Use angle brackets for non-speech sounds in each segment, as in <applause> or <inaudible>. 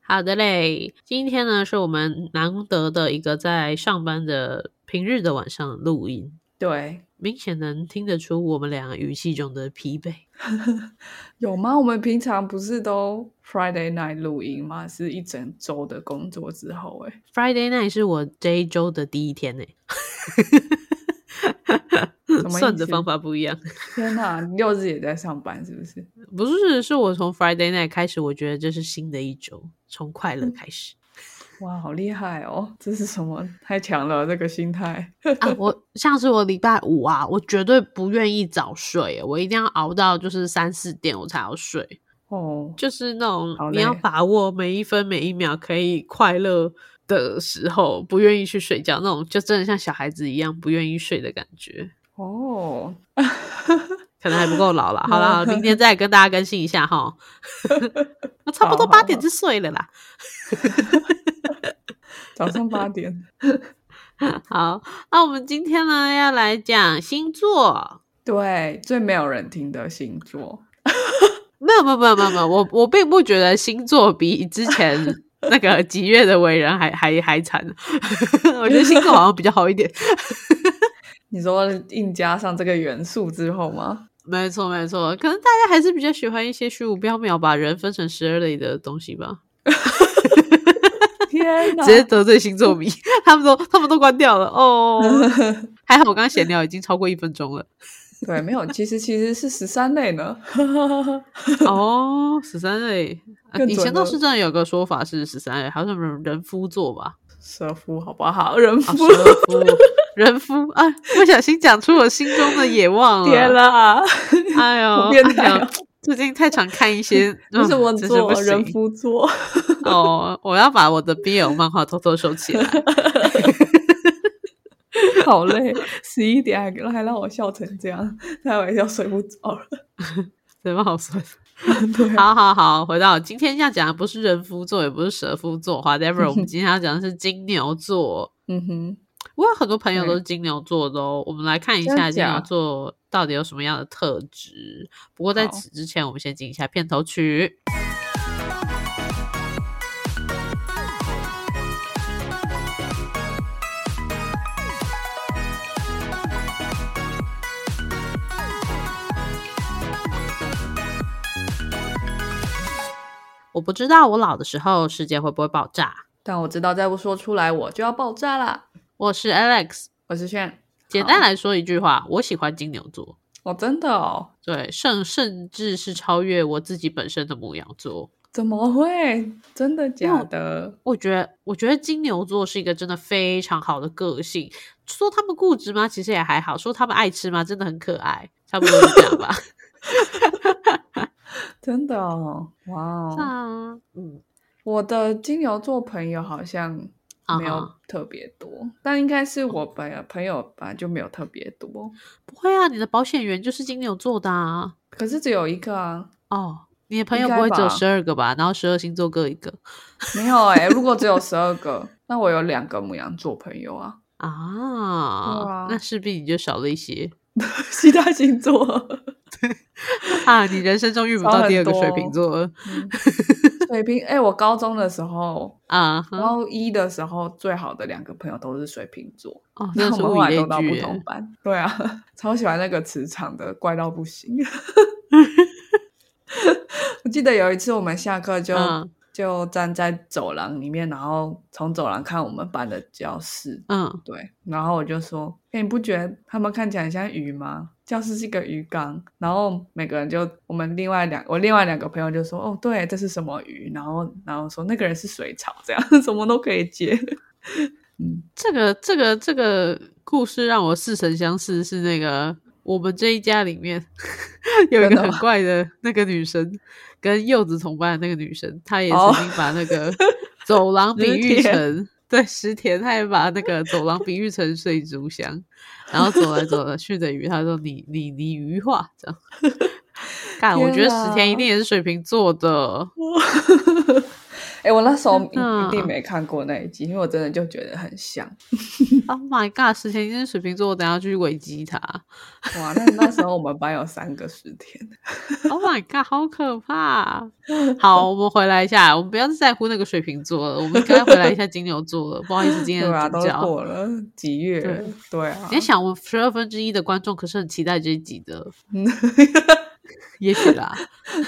好的嘞，今天呢是我们难得的一个在上班的平日的晚上录音，对，明显能听得出我们俩语气中的疲惫。有吗？我们平常不是都 Friday night 录音吗？是一整周的工作之后、欸，哎， Friday night 是我这一周的第一天呢、么意思 <laughs> 算的方法不一样，天哪，你六日也在上班是不是？不是，是我从 Friday night 开始，我觉得这是新的一周，从快乐开始。哇，好厉害哦！这是什么？太强了，这个心态。 <laughs> 啊，我像是我礼拜五啊，我绝对不愿意早睡，我一定要熬到就是三四点我才要睡，哦，就是那种好你要累把握每一分每一秒可以快乐的时候，不愿意去睡觉，那种就真的像小孩子一样不愿意睡的感觉，哦，可能还不够老了。好了，好啦明嗯天再跟大家更新一下 <laughs> 哈，我差不多好好八点就睡了啦。早上八点。 <laughs> 好，那我们今天呢要来讲星座。对，最没有人听的星座。没有没有没有没有没有，我我并不觉得星座比之前那个几月的为人还还还惨，啊 <laughs> 我觉得星座好像比较好一点。你说硬加上这个元素之后吗？没错没错，可能大家还是比较喜欢一些虚无缥缈，把人分成十二类的东西吧。天哪直！接得罪星座迷，他们都他们都关掉了 <laughs> 哦。还好我刚刚闲聊已经超过一分钟了对，没有，其实其实是十三类呢。 <laughs> 哦，十三类，呃更以前准倒了是真的有个说法是十三类，还有什么人夫座吧？蛇夫好不好？人啊，夫，蛇夫、人夫啊，不小心讲出我心中的野望 <laughs> 天了。啦！哎呦，好变态哎呦哦最近太常看一 <laughs> 些，这嗯是我真是做不行人夫 <laughs> 座，哦，我要把我的 BL 漫画偷偷收起来。好累，十一点还还让我笑成这样，开玩笑睡不着了。 <laughs> 怎么好酸？ <laughs> 对啊，好好好，回到今天要讲的不是人夫座，也不是蛇夫座，whatever。我们今天要讲的是金牛座。嗯哼，我有很多朋友都是对金牛座的哦。我们来看一嗯真下的金牛假座到底有什么样的特质。不过在好此之前，我们先进一下片头曲。我不知道我老的时候世界会不会爆炸。但我知道再不说出来我就要爆炸啦。我是 Alex，我是炫，简单来说一句话，我喜欢金牛座。我、真的哦，对，甚甚至是超越我自己本身的母羊座。怎么会？真的因为假我的？我觉得，我觉得金牛座是一个真的非常好的个性。说他们固执吗？其实也还好。说他们爱吃吗？真的很可爱，差不多是这样 <laughs> 吧。真的哦，哇哦！那嗯，我的金牛座朋友好像啊没有哈，特别多，但应该是我本来朋友本来就没有特别多，不会啊，你的保险员就是金牛座的啊。可是只有一个啊，哦，你的朋友应不该会只有吧十二个吧？然后十二星座各一个没有哎、如果只有十二个， <laughs> 那我有两个母羊座朋 <laughs> 友啊，对啊啊？那势必你就少了一些其他星座。啊！你人生中遇不少到很第二个水多瓶座了嗯水瓶，哎、我高中的时候，啊 <laughs> 哈！高一的时候，最好的两个朋友都是水瓶座，哦，真的那我是们物后以来类都到聚欸不耶。同班。对啊， <laughs> 超喜欢那个磁场的，怪到不行。 <laughs> 我记得有一次我们下课就、嗯就站在走廊里面，然后从走廊看我们班的教室，嗯，对，然后我就说：“哎、你不觉得他们看起来很像鱼吗？教室是一个鱼缸。”然后每个人就我们另外两我另外两个朋友就说：“哦，对，这是什么鱼？”然后然后说那个人是水草，这样 <laughs> 什么都可以接。嗯，这个这个这个故事让我似曾相识，是那个我们这一家里面 <laughs> 有一真个的很吗怪的那个女生，跟柚子同班的那个女生，她也曾哦经把那个走廊 <laughs> 比石喻田成。对，石田她也把那个走廊比喻成水族箱，然后走来走来去的鱼，她说你你你鱼化这 <laughs> 样。干，我天觉得石田一哪定也是水瓶座的，哎、我那时候一真的啊一定没看过那一集，因为我真的就觉得很像。 Oh my god！史前一定是水瓶座，我等一下去维基他。哇，那那时候我们班有三个十天， Oh my god！好可怕、 <laughs> 好，我们回来一下，我们不要再在乎那个水瓶座了，我们应该回来一下金牛座了。不好意思，今天对啊，的都主角。过了几月对了，对啊你，要想，我们十二分之一的观众可是很期待这一集 <laughs> 的，也许啦。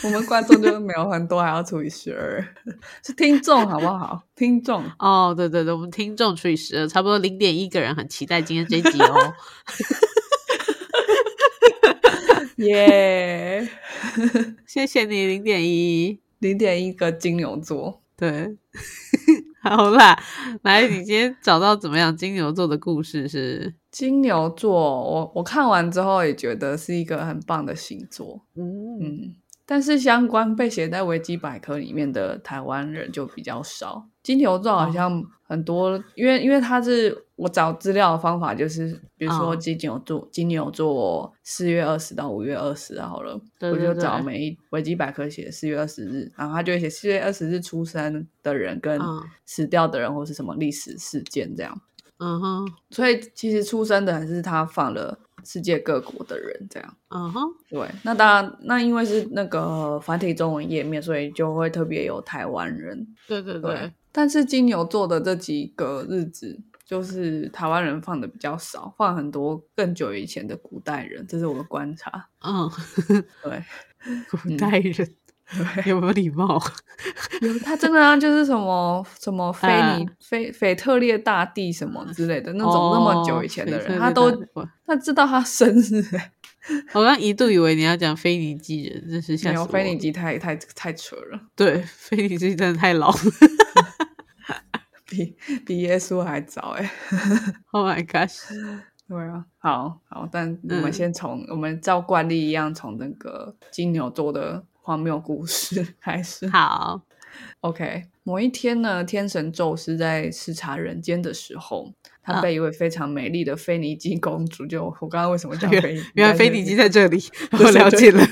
我们观众就没有很多，还要除以十二， <laughs> 是听众好不好？听众，哦，对对对，我们听众除以十二，差不多零点一个人很期待今天这一集哦。 <laughs> 耶、谢谢你，零点一。零点一个金牛座，对， <laughs> 好啦，来，你今天找到怎么样金牛座的故事是？金牛座，我我看完之后也觉得是一个很棒的星座，嗯，嗯，但是相关被写在维基百科里面的台湾人就比较少。金牛座哦好像很多，因为因为他是我找资料的方法就是，比如说哦金牛座，金牛座四月二十到五月二十好了，对我对就找对每一维基百科写四月二十日，然后他就会写四月二十日出生的人跟嗯死掉的人或是什么历史事件这样。嗯哼，所以其实出生的还是他放了世界各国的人这样。嗯哼，对，那当然，那因为是那个繁体中文页面，所以就会特别有台湾人。对对对，对，但是金牛座的这几个日子，就是台湾人放的比较少，放很多更久以前的古代人，这是我的观察。嗯，对，嗯古代人、 <laughs> 对，有没有礼貌？有他真的啊就是什么什么菲尼、嗯菲斐特列大帝什么之类的那种那哦么久以前的人，他都我他知道他生日、欸，我刚一度以为你要讲腓尼基人，真是吓没死我！有菲尼基太太太扯了，对腓尼基真的太老了 <laughs> 比比耶稣还早哎、 ，Oh my <laughs> gosh！对啊，好好，但我嗯们先从、我们照惯例一样，从那个金牛座的荒谬故事 <laughs> 开始。好， OK，某一天呢，天神宙斯在视察人间的时候，他嗯被一位非常美丽的腓尼基公主，就我刚刚为什么叫原腓尼基？原来但腓是尼基在这里，对我了解了。 <laughs>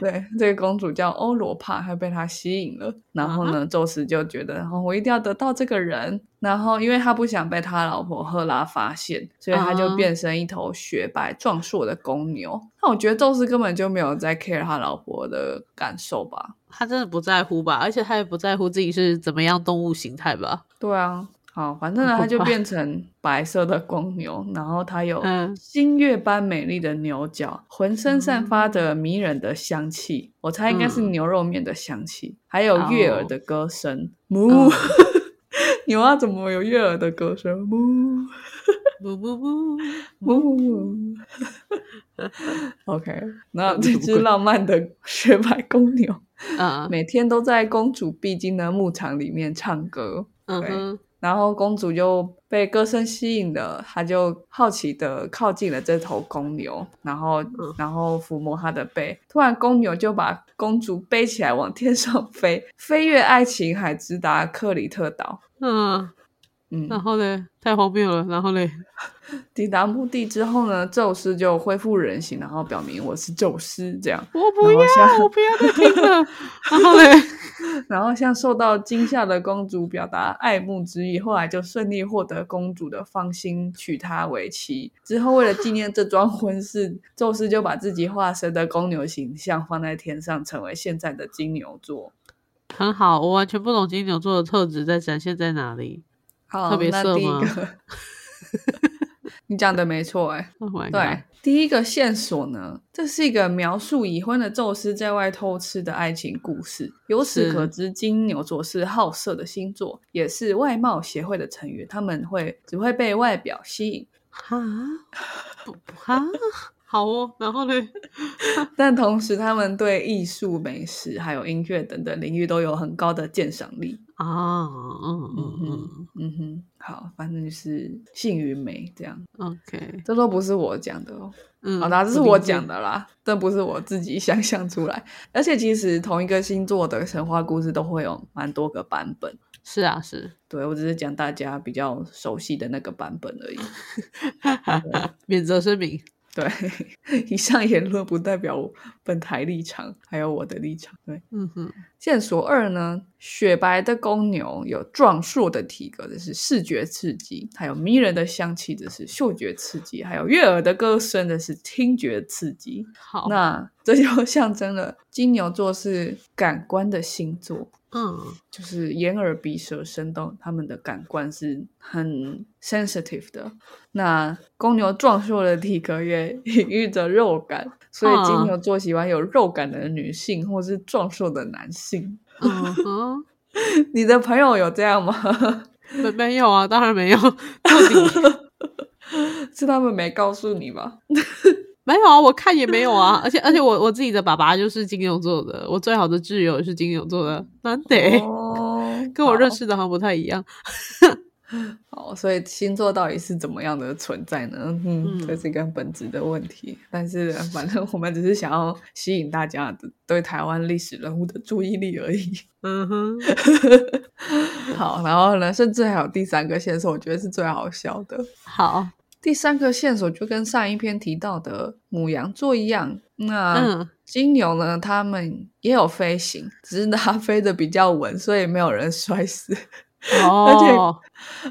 对，这个公主叫欧罗帕，她被他吸引了。然啊后呢，宙斯就觉得，哦，我一定要得到这个人。然后，因为他不想被他老婆赫拉发现，所以他就啊变成一头雪白壮硕的公牛。那我觉得宙斯根本就没有在 care 他老婆的感受吧？他真的不在乎吧，而且他也不在乎自己是怎么样动物形态吧。对啊，好，反正呢，好可他就怕变成白色的公牛，然后他有 <laughs> <laughs> 嗯星月般美丽的牛角，浑身散发着迷人的香气，我猜应该是嗯哦牛肉面的香气，还有悦耳的歌声，哞、嗯 <laughs> 牛啊，怎么有悦耳的歌声？哞不不不，哞。OK，那这是什这么只鬼浪漫的雪白公 <laughs> 牛，嗯每天都在公主必经的牧场里面唱歌。嗯对哼，然后公主就被歌声吸引了，她就好奇的靠近了这头公牛，然后、然后抚摸它的背。突然，公牛就把公主背起来往天上飞，飞越爱琴海，直达克里特岛。嗯，嗯，然后嘞，太荒谬了，然后嘞，抵达目的之后呢，宙斯就恢复人形，然后表明我是宙斯这样。我不然后要，像我不要再听 <laughs> 了，然后嘞，然后向受到惊吓的公主表达爱慕之意，后来就顺利获得公主的芳心，娶她为妻。之后，为了纪念这桩婚事，宙斯就把自己化身的公牛形象放在天上，成为现在的金牛座。很好，我完全不懂金牛座的特质在展现在哪里。好，特别那色第一吗个， <laughs> 你讲的没错、哎， Oh my 对 god！，第一个线索呢，这是一个描述已婚的宙斯在外偷吃的爱情故事。由此是可知，金牛座是好色的星座，也是外貌协会的成员，他们会只会被外表吸引， <laughs> 哈，不哈，好哦，然后嘞，但同时他们对艺术、美食还有音乐等等领域都有很高的鉴赏力。啊，嗯嗯嗯哼，好，反正就是性与美这样。嗯，OK，这都不是我讲的哦。嗯，好啦，这是我讲的，的啦，这不是我自己 <laughs> 想象出来。而且其实同一个星座的神话故事都会有蛮多个版本，是啊，是 <laughs> 对我只是讲大家比较熟悉的那个版本而已。免责声明， <laughs> 对，以上言论不代表本台立场，还有我的立场。对，嗯哼，线索二呢，雪白的公牛有壮硕的体格，这是视觉刺激；还有迷人的香气，这是嗅觉刺激；还有悦耳的歌声，这是听觉刺激。好，那这就象征了金牛座是感官的星座。嗯就是眼耳鼻舌身都，他们的感官是很 sensitive 的。那公牛壮硕的体格也隐喻着肉感，所以嗯金牛座喜欢有肉感的女性或是壮硕的男性。 <laughs> 嗯哼，你的朋友有这样吗？ <laughs> 没没有啊，当然没有， <laughs> 到底是他们没告诉你吧？没有啊，我看也没有啊，而且而且我我自己的爸爸就是金牛座的，我最好的挚友也是金牛座的，难得、哦，跟我认识的好像不太一样。好好，所以星座到底是怎么样的存在呢？嗯，嗯这是一个很本质的问题。但是反正我们只是想要吸引大家的对台湾历史人物的注意力而已。嗯哼，好，然后呢，甚至还有第三个线索，我觉得是最好笑的。 <laughs> 好，第三个线索就跟上一篇提到的母羊座一样，那嗯金牛呢，他们也有飞行，只是它飞得比较稳，所以没有人摔死。哦，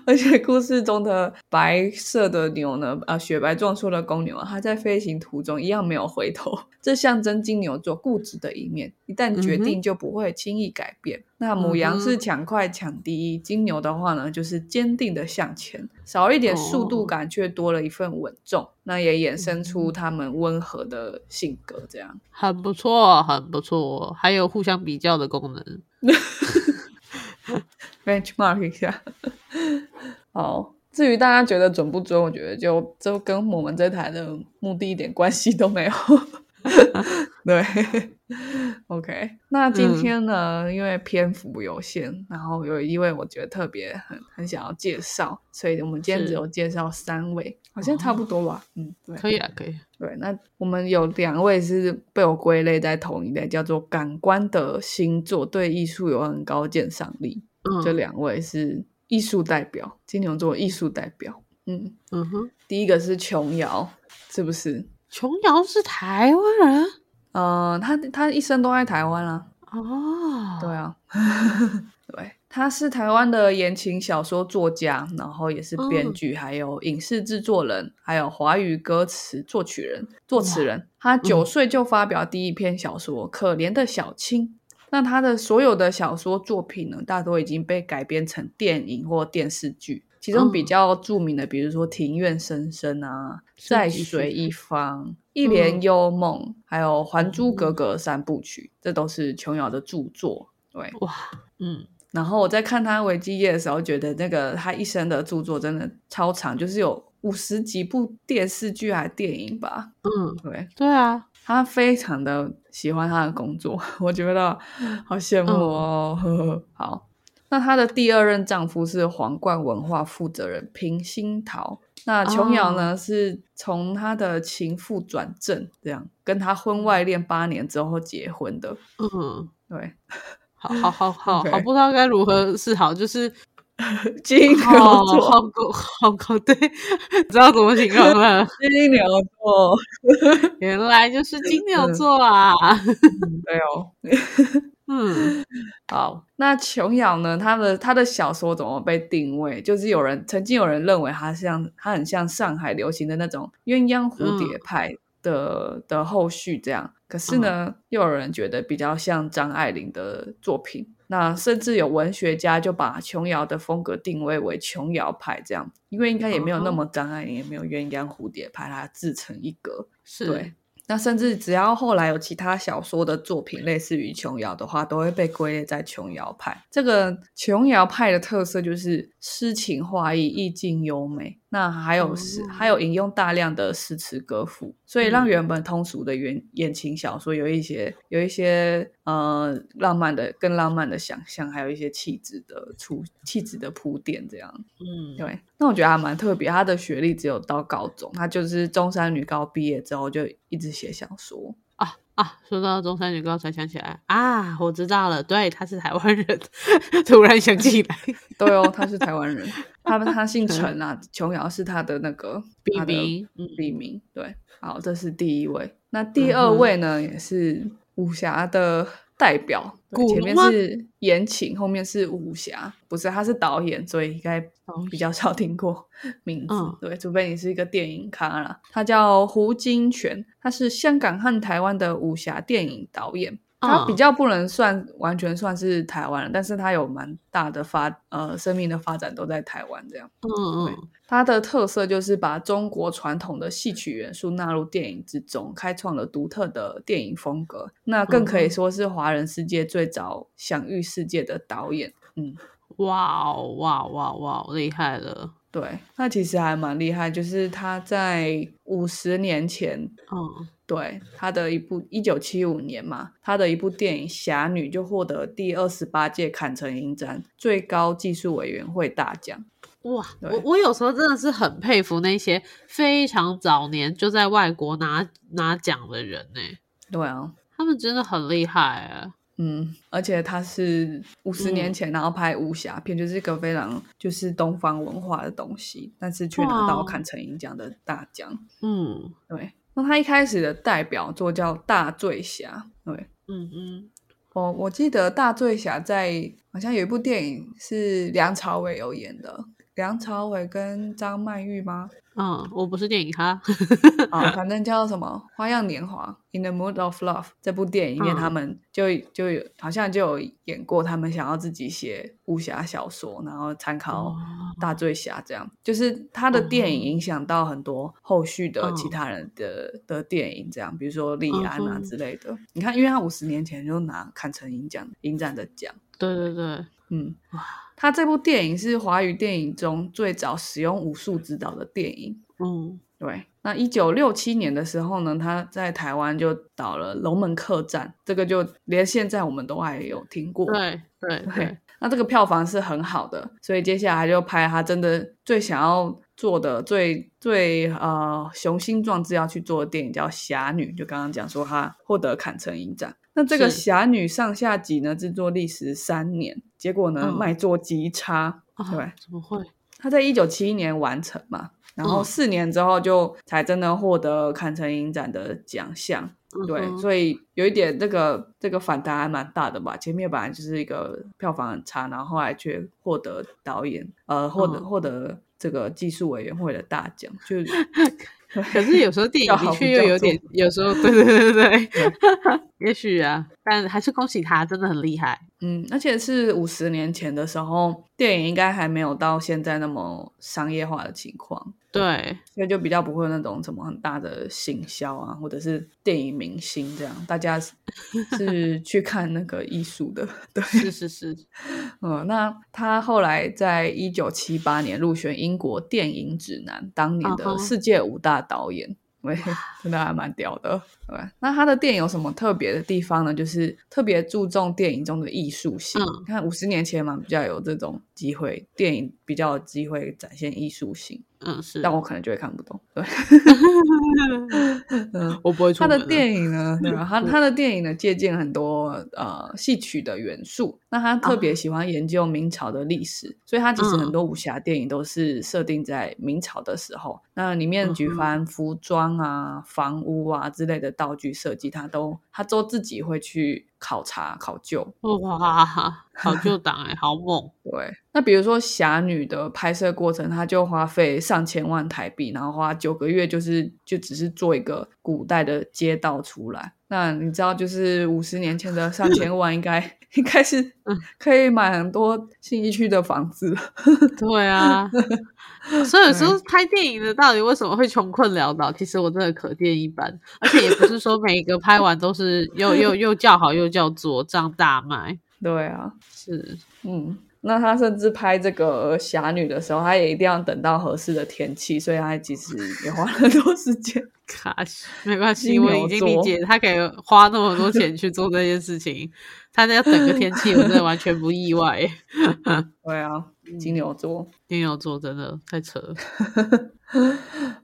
而且故事中的白色的牛呢，呃，雪白壮硕的公牛啊，它在飞行途中一样没有回头， <laughs> 这象征金牛座固执的一面，一旦决定就不会轻易改变。那母羊嗯是哼抢快抢第一，金牛的话呢，就是坚定的向前，少一点速度哦感，却多了一份稳重。那也衍生出嗯他们温和的性格，这样。很不错，很不错，还有互相比较的功能。 benchmark 一下。 <laughs> 好，至于大家觉得准不准，我觉得就就跟我们这台的目的一点关系都没有。 <laughs> 对，OK。那今天呢，因为篇幅有限，然后有一位我觉得特别很很想要介绍，所以我们今天是只有介绍三位，好像差不多吧？嗯，对。可以啊，可以啊。对，那我们有两位是被我归类在同一类，叫做感官的星座，对艺术有很高鉴赏力。这嗯两位是艺术代表，金牛座艺术代表。嗯，嗯哼，第一个是琼瑶，是不是？琼瑶是台湾人呃，他他一生都在台湾啊。哦，对啊， <laughs> 对，他是台湾的言情小说作家，然后也是嗯编剧，还有影视制作人，还有华语歌词作曲人、作词人。他嗯九岁就发表第一篇小说《可怜的小青》。那他的所有的小说作品呢，大多已经被改编成电影或电视剧，其中比嗯较著名的，比如说《庭院深深》啊，《是在是是水一方》《一帘嗯幽梦》，还有《还珠格格》三部曲，这都是琼瑶的著作。对，哇，嗯，然后我在看他维基页的时候，觉得那个他一生的著作真的超长，就是有五十几部电视剧还电影吧。嗯，对对啊，他非常的喜欢他的工作， <laughs> 我觉得好羡嗯慕哦。 <laughs> 呵呵好，那她的第二任丈夫是皇冠文化负责人平鑫桃。那琼瑶哦呢，是从她的情妇转正，这样跟她婚外恋八年之后结婚的。嗯，对， <laughs> 好好好好 OK 好，不知道该如何是好，就是金牛哦，座，好狗好狗，对， <laughs> 知道怎么形容了，金牛座，原来就是金牛嗯座啊，对哦。嗯好，那琼瑶呢？她的她的小说怎么被定位？就是有人曾经有人认为她像她很像上海流行的那种鸳鸯蝴蝶派的、的后续这样。可是呢，又有人觉得比较像张爱玲的作品。那甚至有文学家就把琼瑶的风格定位为琼瑶派这样，因为应该也没有那哦么张爱玲，也没有鸳鸯蝴蝶派，它自成一格。对是，那甚至只要后来有其他小说的作品类似于琼瑶的话，都会被归类在琼瑶派。这个琼瑶派的特色就是诗情画意、意境优美，那还有诗，哦还有引用大量的诗词歌赋，所以让嗯原本通俗的言言情小说有一些有一些呃浪漫的、更浪漫的想象，还有一些气质的出气质的铺垫，这样。嗯对，那我觉得还蛮特别。她的学历只有到高中，她就是中山女高毕业之后就一直写小说。啊啊！说到中山女高才想起来啊，我知道了，对，他是台湾人， <laughs> 突然想起 <laughs> 来，对哦，他是台湾人，他他姓陈啊，琼瑶是他的那个笔他的名，嗯李明，对，好，这是第一位。那第二位呢，也是武侠的代表，对古前龙面吗是言情，后面是武侠，不是，他是导演，所以应该导比较少听过名字。嗯对，除非你是一个电影咖啦。他叫胡金铨，他是香港和台湾的武侠电影导演。他比嗯较不能算完全算是台湾人，但是他有蛮大的发呃生命的发展都在台湾这样。嗯对嗯，它的特色就是把中国传统的戏曲元素纳入电影之中，开创了独特的电影风格。那更可以说是华人世界最早享誉世界的导演。嗯，哇哦哇哇哇，厉害了，对，那其实还蛮厉害，就是他在五十年前。嗯，对他的一部一九七五年嘛，他的一部电影《侠女》就获得第二十八届坎城影展最高技术委员会大奖。哇，对我我有时候真的是很佩服那些非常早年就在外国拿拿奖的人呢、对啊，他们真的很厉害、啊，嗯，而且他是五十年前，然后拍武侠片，就是一个非常就是东方文化的东西，但是却拿到哇坎城影奖的大奖。嗯对，那他一开始的代表作叫《大醉侠》。对，嗯嗯，我哦我记得《大醉侠》在好像有一部电影是梁朝伟有演的，梁朝伟跟张曼玉吗？嗯，我不是电影咖，啊，反正叫什么《花样年华》（In the Mood of Love） 这部电影里面，嗯他们就就有好像就有演过，他们想要自己写武侠小说，然后参考哦《大醉侠》这样，就是他的电影影响到很多后续的嗯其他人的、的电影，这样，比如说李安嗯啊哼之类的。你看，因为他五十年前就拿坎城影奖影展的奖， <laughs> 对对对，嗯哇，他这部电影是华语电影中最早使用武术指导的电影。嗯对，那一九六七年的时候呢，他在台湾就导了《龙门客栈》，这个就连现在我们都还有听过。对对对对，那这个票房是很好的，所以接下来就拍他真的最想要做的、最最呃雄心壮志要去做的电影，叫《侠女》。就刚刚讲说他获得坎城影展。那这个《是侠女》上下集呢，制作历时三年，结果呢、嗯卖座极差。啊对，怎么会？他在一九七一年完成嘛，然后嗯四年之后就才真的获得坎城影展的奖项。嗯对，哼所以有一点这个这个反弹还蛮大的吧。前面本来就是一个票房很差，然后后来却获得导演呃获得、嗯获得这个技术委员会的大奖，就可是有时候电叫影好的不确又叫有点，有时候对对对对对，也许啊，但还是恭喜他，真的很厉害。嗯，而且是五十年前的时候，电影应该还没有到现在那么商业化的情况。对，所以就比较不会有那种什么很大的行销啊，或者是电影明星这样，大家是是去看那个艺术的。对，是是是，嗯，那他后来在一九七八年入选英国电影指南当年嗯的哼世界五大导演。喂，真的还蛮屌的，对吧？那他的电影有什么特别的地方呢？就是特别注重电影中的艺术性。嗯你看五十年前嘛，比较有这种机会，电影比较有机会展现艺术性，嗯是但，我可能就会看不懂。 <laughs> 对， <laughs> 嗯，我不会出他的门啊电影呢， <laughs> 对吧？他他的电影呢，借鉴很多呃戏曲的元素。那他哦特别喜欢研究明朝的历史，所以他其实嗯很多武侠电影都是设定在明朝的时候。那里面举嗯哼凡服装啊、房屋啊之类的道具设计，他都他都自己会去考察考究。哇，好旧党哎，好 <laughs> 猛，对，那比如说《侠女》的拍摄过程，他就花费上千万台币，然后花九个月，就是就只是做一个古代的街道出来。那你知道，就是五十年前的上千万，应该 <laughs> 应该是可以买很多信义区的房子了。 <laughs> 对啊。所以有时候拍电影的到底为什么会穷困潦倒，其实我真的可见一斑。而且也不是说每一个拍完都是又又又叫好又叫座，这样大卖。对啊，是，嗯，那他甚至拍这个《侠女》的时候，他也一定要等到合适的天气，所以他其实也花了很多时间。 <laughs> 卡西， <laughs> 没关系，金我牛已经理座解他可以花那么多钱去做这件事 <laughs> 情，他要等个天气，我真的完全不意外。对啊，金牛座。金牛座真的太扯了，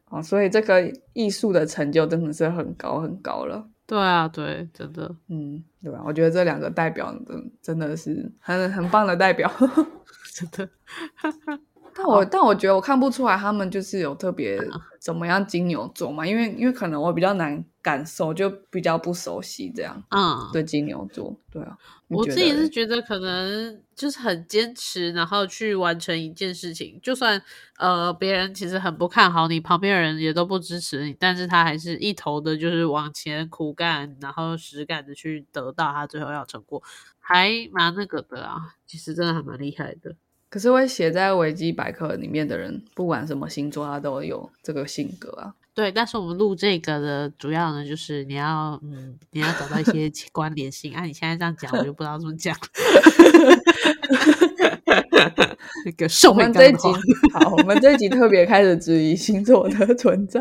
哦，所以这个艺术的成就真的是很高很高了。对啊，对，真的，嗯，对吧？我觉得这两个代表的真的是很很棒的代表。 <laughs> 真的，但我但我觉得我看不出来他们就是有特别怎么样金牛座嘛，因为因为可能我比较难感受，就比较不熟悉这样。嗯，对金牛座，对啊，你我觉自己得是嘞觉得可能就是很坚持，然后去完成一件事情，就算呃别人其实很不看好你，旁边的人也都不支持你，但是他还是一头的就是往前苦干，然后实干的去得到他最后要成果，还蛮那个的啊，其实真的还蛮厉害的。可是会写在维基百科里面的人，不管什么星座，他都有这个性格啊。对，但是我们录这个的主要呢，就是你要，嗯，你要找到一些其 <laughs> 关联性。啊，你现在这样讲，我就不知道怎么讲了。 <laughs> 那个社我会们感这一的集话好，我们这一集特别开始质疑星座的存 <laughs> 在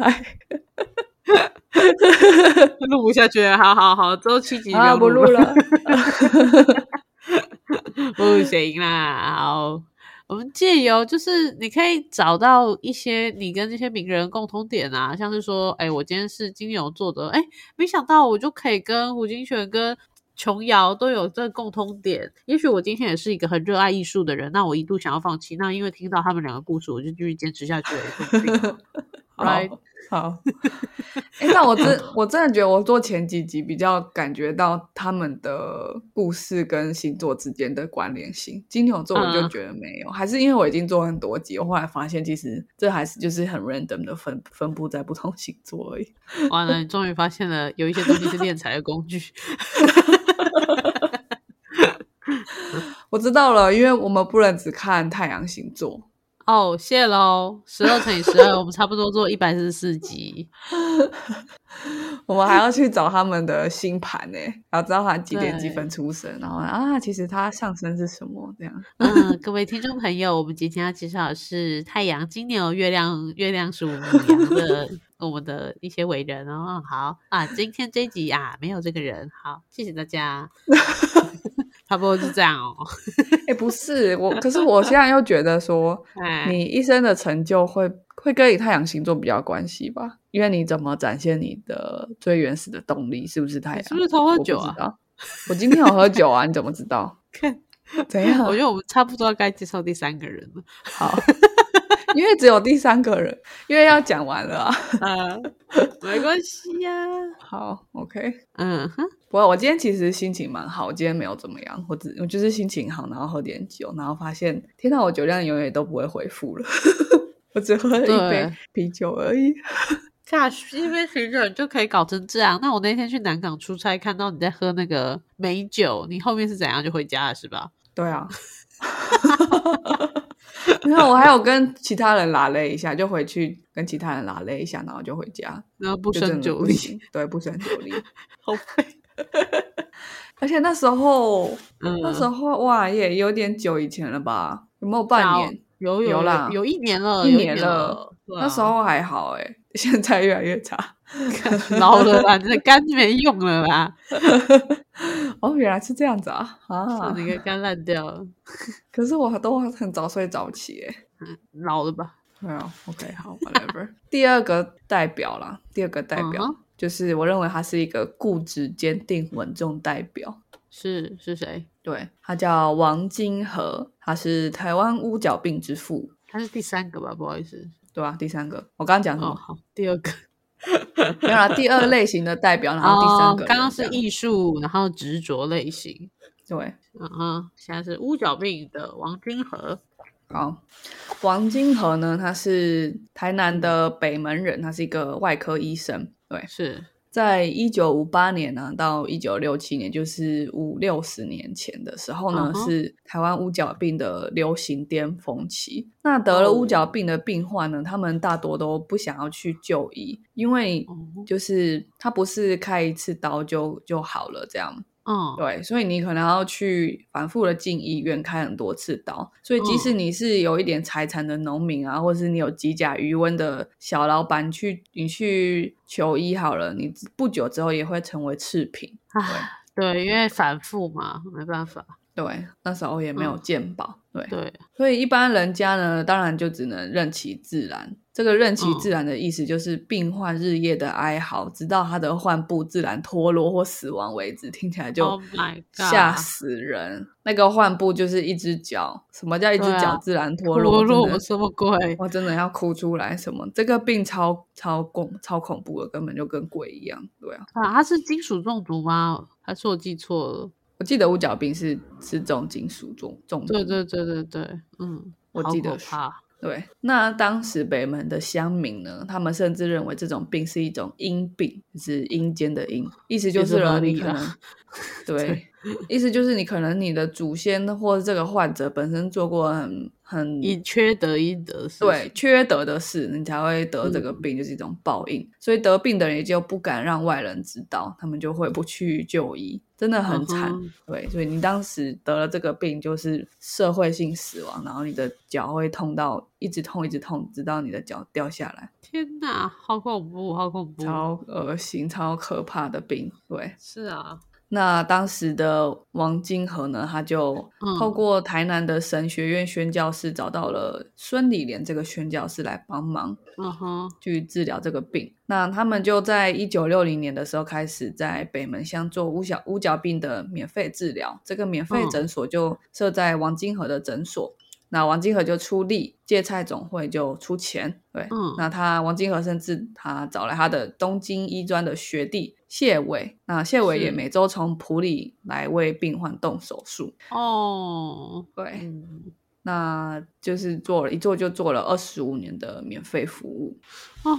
录不下去 <laughs> 了，好好好，周七集啊，不不要录了，了。不行啦。好，我们借由就是你可以找到一些你跟这些名人共通点啊，像是说，哎，我今天是金牛座的，哎，没想到我就可以跟胡金铨跟。琼瑶都有这个共通点，也许我今天也是一个很热爱艺术的人，那我一度想要放弃，那因为听到他们两个故事，我就继续坚持下去了，也说不定 <laughs> Right <laughs> 好， <laughs> 好。哎、但我真我真的觉得，我做前几集比较感觉到他们的故事跟星座之间的关联性。金牛座我就嗯觉得没有，还是因为我已经做很多集，我后来发现其实这还是就是很 random 的分分布在不同星座而已。完了，你终于发现了有一些东西是敛财的工具。我知道了，因为我们不能只看太阳星座。哦，谢喽，十二乘以十二，我们差不多做一百四十四集。我们还要去找他们的星盘呢，然后知道他几点几对分出生，然后啊，其实他上升是什么这样。嗯，各位听众朋友，我们今天要介绍的是太阳、金牛、月亮、月亮属母羊的我们的一些伟人哦。好啊，今天这一集啊没有这个人，好，谢谢大 <laughs> 家。差不多是这样哦。哎、不是我，可是我现在又觉得说，哎，你一生的成就会会跟你太阳星座比较有关系吧？因为你怎么展现你的最原始的动力，是不是太你阳？是不是偷喝我不酒知啊？道？我今天有喝酒啊，你怎么知道？ <laughs> 看，怎样？我觉得我们差不多该介绍第三个人了。好， <laughs> 因为只有第三个人，因为要讲完了、啊。啊，没关系呀、好，OK。嗯哼，不过我今天其实心情蛮好，我今天没有怎么样，我只我就是心情好，然后喝点酒，然后发现天呐，我酒量永远都不会恢复了， <laughs> 我只喝了一杯对啤酒而已。尬一杯啤酒你就可以搞成这样。那我那天去南港出差，看到你在喝那个美酒，你后面是怎样就回家了是吧？对啊， <laughs> 然后我还有跟其他人拉了一下，就回去跟其他人拉了一下，然后就回家，然后不就真胜的酒不力，行，对，不胜酒力。 <laughs> 好废。而且那时 <laughs> 候，嗯，那时候哇，也有点久以前了吧？有没有半到年？有有有啦有一年了，一有年年了了。对啊那时候还好哎、 <laughs> 现在越来越差。老了啦，你的肝没用了啦，哦，原来是这样子啊 <laughs> 啊！你的肝烂掉了，可是我都很早睡早起哎、老了吧？没有，OK，好，whatever。<laughs> 第二个代表啦，第二个代表、嗯哼就是我认为他是一个固执、坚定、稳重代表。是是谁？对，他叫王金河，他是台湾乌角病之父，他是第三个吧？不好意思，对吧、第三个，我刚刚讲什哦，么？好，第 <laughs> 二个。 <laughs> 没有啦，第二类型的代表，然后第三个哦人、刚刚是这样艺术，然后执着类型，对，嗯哼，现在是乌角病的王君和，好，王金河呢，他是台南的北门人，他是一个外科医生。对，是在一九五八年呢、到一九六七年，就是五六十年前的时候呢嗯哼是台湾乌角病的流行巅峰期。那得了乌哦角病的病患呢，他们大多都不想要去就医，因为哦，就是他不是开一次刀就就好了这样，嗯，对，所以你可能要去反复的进医院开很多次刀，所以即使你是有一点财产的农民啊，或是你有几甲余温的小老板，去你去求医好了，你不久之后也会成为赤贫。唉，对，因为反复嘛，没办法，对，那时候也没有嗯健保，对，对，所以一般人家呢，当然就只能任其自然。这个任其自然的意思就是病患日夜的哀嚎，直到他的患部自然脱落或死亡为止。听起来就 Oh my god！吓死人。那个患部就是一只脚，什么叫一只对啊脚自然脱我落？落真的我什么鬼？我真的要哭出来！什么这个病超超恐超恐怖的，根本就跟鬼一样。对啊，啊，它是金属中毒吗？还是我记错了？我记得五角病是是重金属中中毒。对对对对对，嗯，我好记可得是怕对，那当时北门的乡民呢，他们甚至认为这种病是一种阴病，就是阴间的阴，意思就也是是合呢，理你可啦 <laughs> 能对，意思就是你可能你的祖先或者这个患者本身做过很很以缺德应得是不是嗯嗯对，缺德的事，你才会得这个病，就是一种报应。所以得病的人也就不敢让外人知道，他们就会不去就医，真的很惨。嗯哼对，所以你当时得了这个病，就是社会性死亡，然后你的脚会痛到一直痛一直痛，直到你的脚掉下来，天哪，好恐怖，好恐怖！超恶心、超可怕的病。对，是啊，那当时的王金河呢，他就嗯透过台南的神学院宣教士找到了孙礼莲这个宣教士来帮忙。嗯哼，去治疗这个病。那他们就在一九六零年的时候开始在北门乡做乌角乌角病的免费治疗，这个免费嗯诊所就设在王金河的诊所。那王金河就出力，芥菜总会就出钱，对，嗯那他王金河甚至他找来他的东京医专的学弟谢伟，那谢伟是也每周从普里来为病患动手术，哦，对，嗯，那就是做了一做就做了二十五年的免费服务，哦，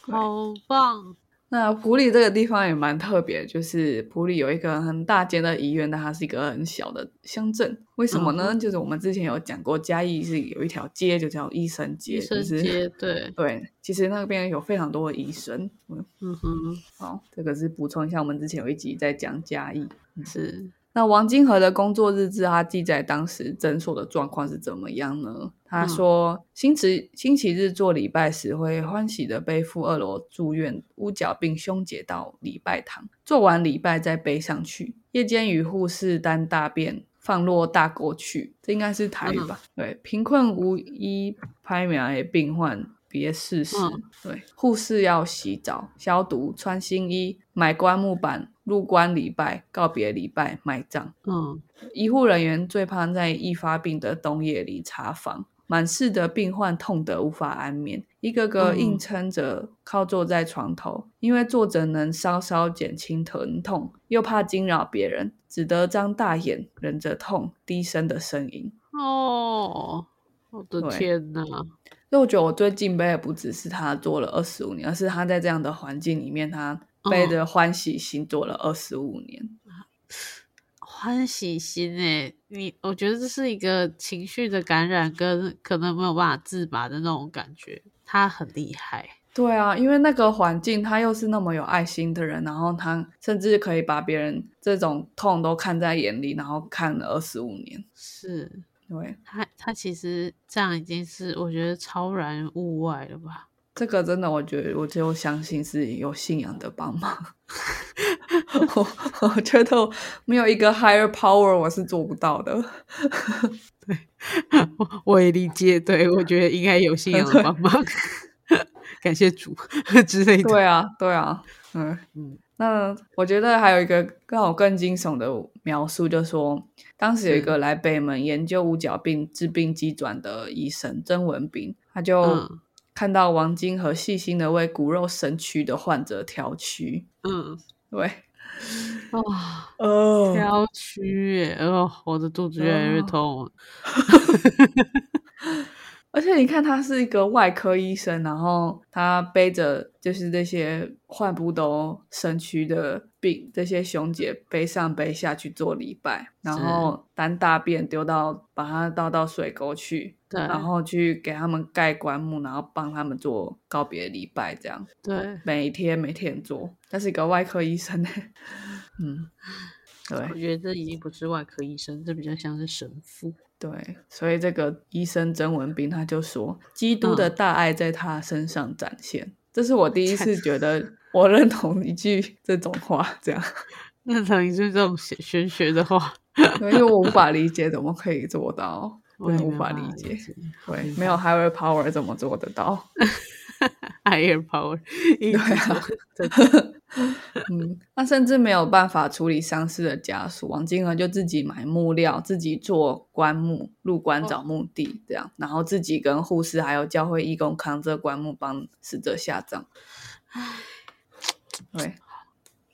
好棒，那普里这个地方也蛮特别，就是普里有一个很大间的医院，但它是一个很小的乡镇。为什么呢？嗯就是我们之前有讲过，嘉义是有一条街就叫医生街，医生就街是对，对，其实那边有非常多的医生。嗯，嗯哼，好，这个是补充一下，我们之前有一集在讲嘉义。是，那王金河的工作日志，他记载当时诊所的状况是怎么样呢？他说，星期星期日做礼拜时，会欢喜的背负二楼住院屋角并胸解到礼拜堂，做完礼拜再背上去。夜间与护士担大便，放落大沟去，这应该是台语吧？对，贫困无医拍苗的病患。别事实，嗯对，护士要洗澡、消毒、穿新衣、买棺木板、入棺礼拜、告别礼拜、埋葬。嗯，医护人员最怕在易发病的冬夜里查房，满室的病患痛得无法安眠，一个个嗯硬撑着靠坐在床头，因为坐着能稍稍减轻疼痛，又怕惊扰别人，只得张大眼忍着痛，低声的呻吟。哦，我的对天哪，所以我觉得我最敬佩的不只是他做了二十五年，而是他在这样的环境里面，他背嗯着欢喜心做了二十五年。欢喜心诶、你我觉得这是一个情绪的感染，跟可能没有办法自拔的那种感觉，他很厉害，对啊，因为那个环境，他又是那么有爱心的人，然后他甚至可以把别人这种痛都看在眼里，然后看了二十五年。是对，他他其实这样已经是我觉得超然物外了吧。 <laughs> 这个真的，我觉得我就相信是有信仰的帮忙。 <laughs> 我 <laughs> 我觉得我没有一个 higher power，我是做不到的。我我也理解，对我觉得应该有信仰的帮 <laughs> 忙，感谢主 <laughs> 之类的。对啊，对啊，嗯嗯嗯。那我觉得还有一个让我更惊悚的描述，就是说当时有一是个来北门研究五角病治病机转的医生曾文斌，他就嗯看到王金和细心的为骨肉神躯的患者调区，嗯，对，哇、哦挑区耶，哦，我的肚子越来越哦痛了。而且你看，他是一个外科医生，然后他背着就是这些患不都身躯的病，这些熊姐背上背下去做礼拜，然后担大便丢到把它倒到水沟去，对然后去给他们盖棺木，然后帮他们做告别礼拜，这样对，每天每天做。他是一个外科医生 <laughs> 呢，嗯，对我觉得这已经不是外科医生，这比较像是神父。对，所以这个医生曾文斌他就说，基督嗯的大爱在他身上展现。这是 <laughs> 我第一次觉得我认同一句这种话，这 <laughs> 样，那等于是这种玄玄学的话，因为我无法理解怎么可以做到。我也无没有法办理法解解。嗯对明，没有 higher power 怎么做得到？ higher power，对对啊，嗯，他甚至没有办法处理丧事的家属，王金和就自己买木料，自己做棺木、入棺找墓地这样，然后自己跟护士还有教会义工扛着棺木帮死者下葬。对，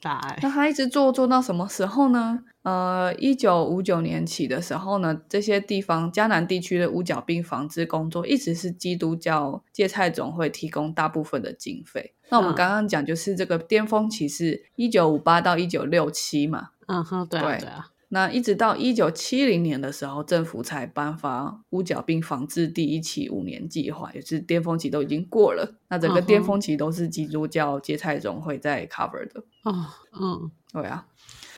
大爱那他一直做做到什么时候呢？呃，一九五九年起的时候呢，这些地方迦南地区的五角病防治工作一直是基督教芥菜总会提供大部分的经费。那我们嗯刚刚讲就是这个巅峰期是一九五八到一九六七嘛，嗯哼，对啊对对啊，那一直到一九七零年的时候，政府才颁发乌角病防治第一期五年计划，也就是巅峰期都已经过了。那整个嗯哼巅峰期都是基督教芥菜总会在 cover 的。哦嗯，对啊，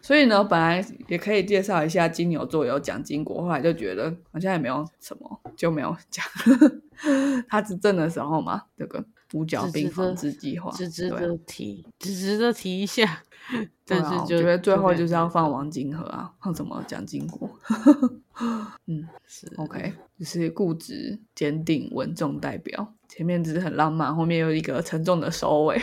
所以呢，本来也可以介绍一下金牛座有讲金国，后来就觉得好像也没有什么，就没有讲。 <laughs> 他执政的时候嘛，这个五角只病值得防治计划，只值对啊得提，只值得提一下，对但啊是我就觉得最后没就是要放王金河啊，放什么蒋经国。是 OK，就是固执、坚定、稳重代表。前面只是很浪漫，后面又一个沉重的收尾。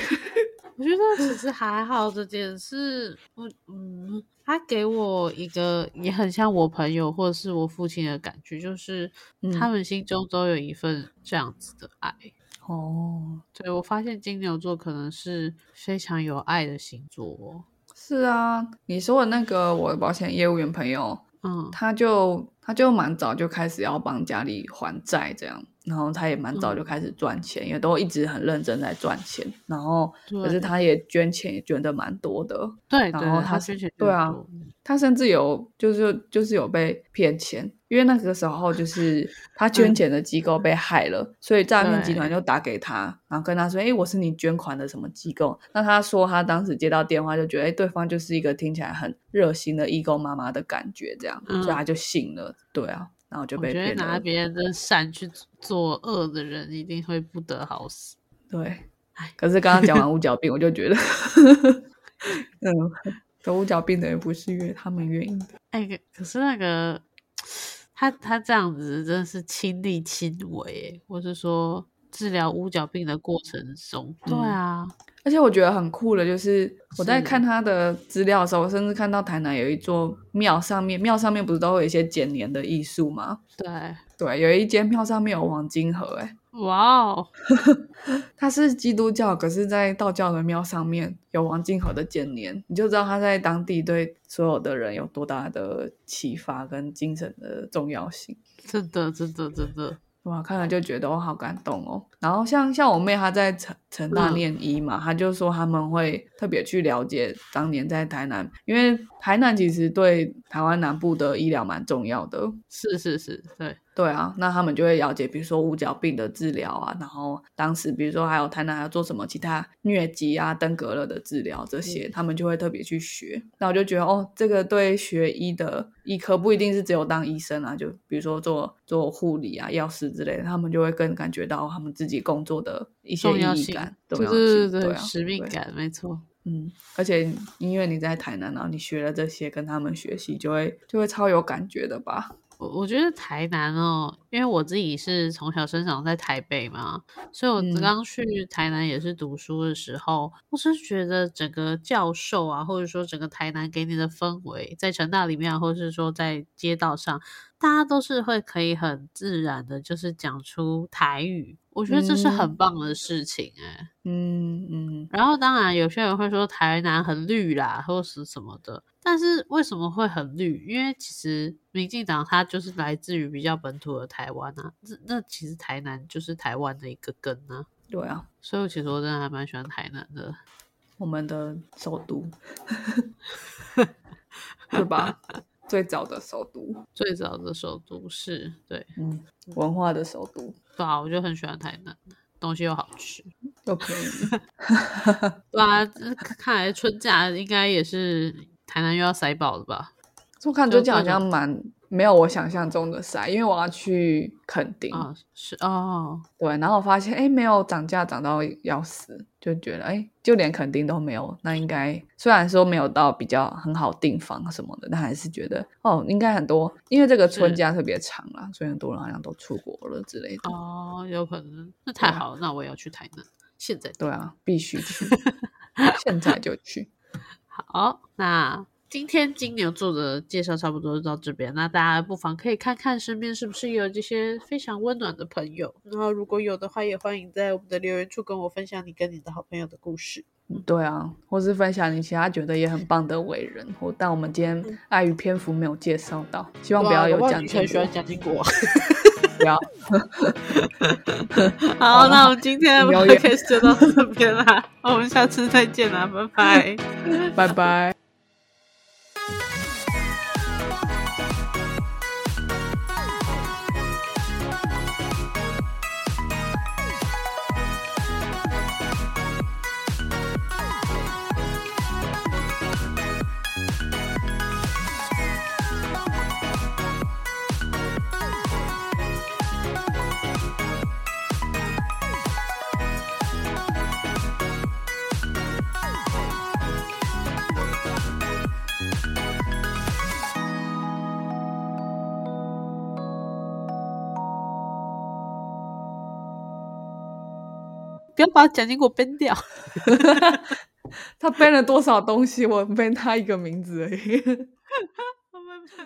我觉得其实还好的点是，我嗯，他给我一个也很像我朋友或者是我父亲的感觉，就是嗯他们心中都有一份这样子的爱。哦，对我发现金牛座可能是非常有爱的星座哦、是啊，你说的那个我的保险业务员朋友，嗯他就他就蛮早就开始要帮家里还债这样，然后他也蛮嗯早就开始赚钱，也都一直很认真在赚钱，然后可对是他也捐钱也捐的蛮多的，对然对后对，他他是捐钱对越啊多他甚至有就是就是有被骗钱，因为那个时 <laughs> 候就是他捐钱的机构被害了，所以诈骗集团就打给他，然后跟他说：“哎、我是你捐款的什么机构？”那他说他当时接到电话就觉得，哎、对方就是一个听起来很热心的义工妈妈的感觉，这样，嗯所以他就信了。对啊，然后就我被觉得骗拿了。别人的善去作恶的人，一定会不得好死。对唉，可是刚刚讲完五角病，我就觉 <laughs> 得， <laughs> 嗯，得五角病的人不是因为他们愿意的。哎、可可是那个他他这样子真的是亲力亲为耶，或是说治疗乌角病的过程中，对嗯啊，而且我觉得很酷的，就是我在是看他的资料的时候，我甚至看到台南有一座庙，上面庙上面不是都会有一些剪年的艺术吗？对，对，有一间庙上面有黄金盒、欸，哇哦，它是基督教，可是在道教的庙上面有王金河的建年，你就知道他在当地对所有的人有多大的启发跟精神的重要性。真的真的真的，哇，看了就觉得我好感动哦。然后像像我妹她在成成大嗯念医嘛，她就说他们会特别去了解当年在台南，因为台南其实对台湾南部的医疗蛮重要的。是是是，对，对啊，那他们就会了解，比如说五角病的治疗啊，然后当时比如说还有台南还要做什么其他疟疾啊、登革热的治疗这嗯些，他们就会特别去学。那我就觉得哦，这个对学医的医科不一定是只有当医生啊，就比如说做做护理啊、药师之类的，他们就会更感觉到他们自己工作的一些重要意义性感、，重对要对对性，对对，啊，使命对感，没错，嗯，而且因为你在台南，然后你学了这些，跟他们学习，就会就会超有感觉的吧？我我觉得台南哦，因为我自己是从小生长在台北嘛，所以嗯我刚去台南也是读书的时候，我是觉得整个教授啊，或者说整个台南给你的氛围，在城大里面啊，或是说在街道上，大家都是会可以很自然的，就是讲出台语，我觉得这是很嗯棒的事情哎、嗯嗯。然后当然有些人会说台南很绿啦，或是什么的，但是为什么会很绿？因为其实民进党它就是来自于比较本土的台湾啊，那那其实台南就是台湾的一个根啊，对啊，所以我其实我真的还蛮喜欢台南的。我们的首 <laughs> 都，对吧？最早的首都，最早的首都是对，嗯，文化的首都对啊，我就很喜欢台南，东西又好吃。又便 <laughs> 宜，对啊，这看来春假应该也是台南又要塞爆了吧？我看最就近好各种像蛮没有我想象中的晒，因为我要去垦丁，啊、是哦，对，然后我发现哎没有涨价涨到要死，就觉得哎就连垦丁都没有，那应该虽然说没有到比较很好订房什么的，但还是觉得哦应该很多，因为这个春是假特别长啦，所以很多人好像都出国了之类的。哦，有可能，那太对啊好了，那我也要去台南，现在对啊，必须 <laughs> 去，现在就去。好，那今天金牛座的介绍差不多就到这边。那大家不妨可以看看身边是不是有这些非常温暖的朋友。然后如果有的话，也欢迎在我们的留言处跟我分享你跟你的好朋友的故事。对啊，或是分享你其他觉得也很棒的伟人，或但我们今天碍于篇幅没有介绍到，希望不要嗯啊有讲奖你金很喜国欢，蒋经 <laughs> 国。不要。好，那我们今天的留言 podcast 就到这边啦，我们下次再见啦，拜 <laughs> 拜。拜拜。不要把蒋经国编 <laughs> 掉。他背了多少东西？我背他一个名字而已。 <laughs>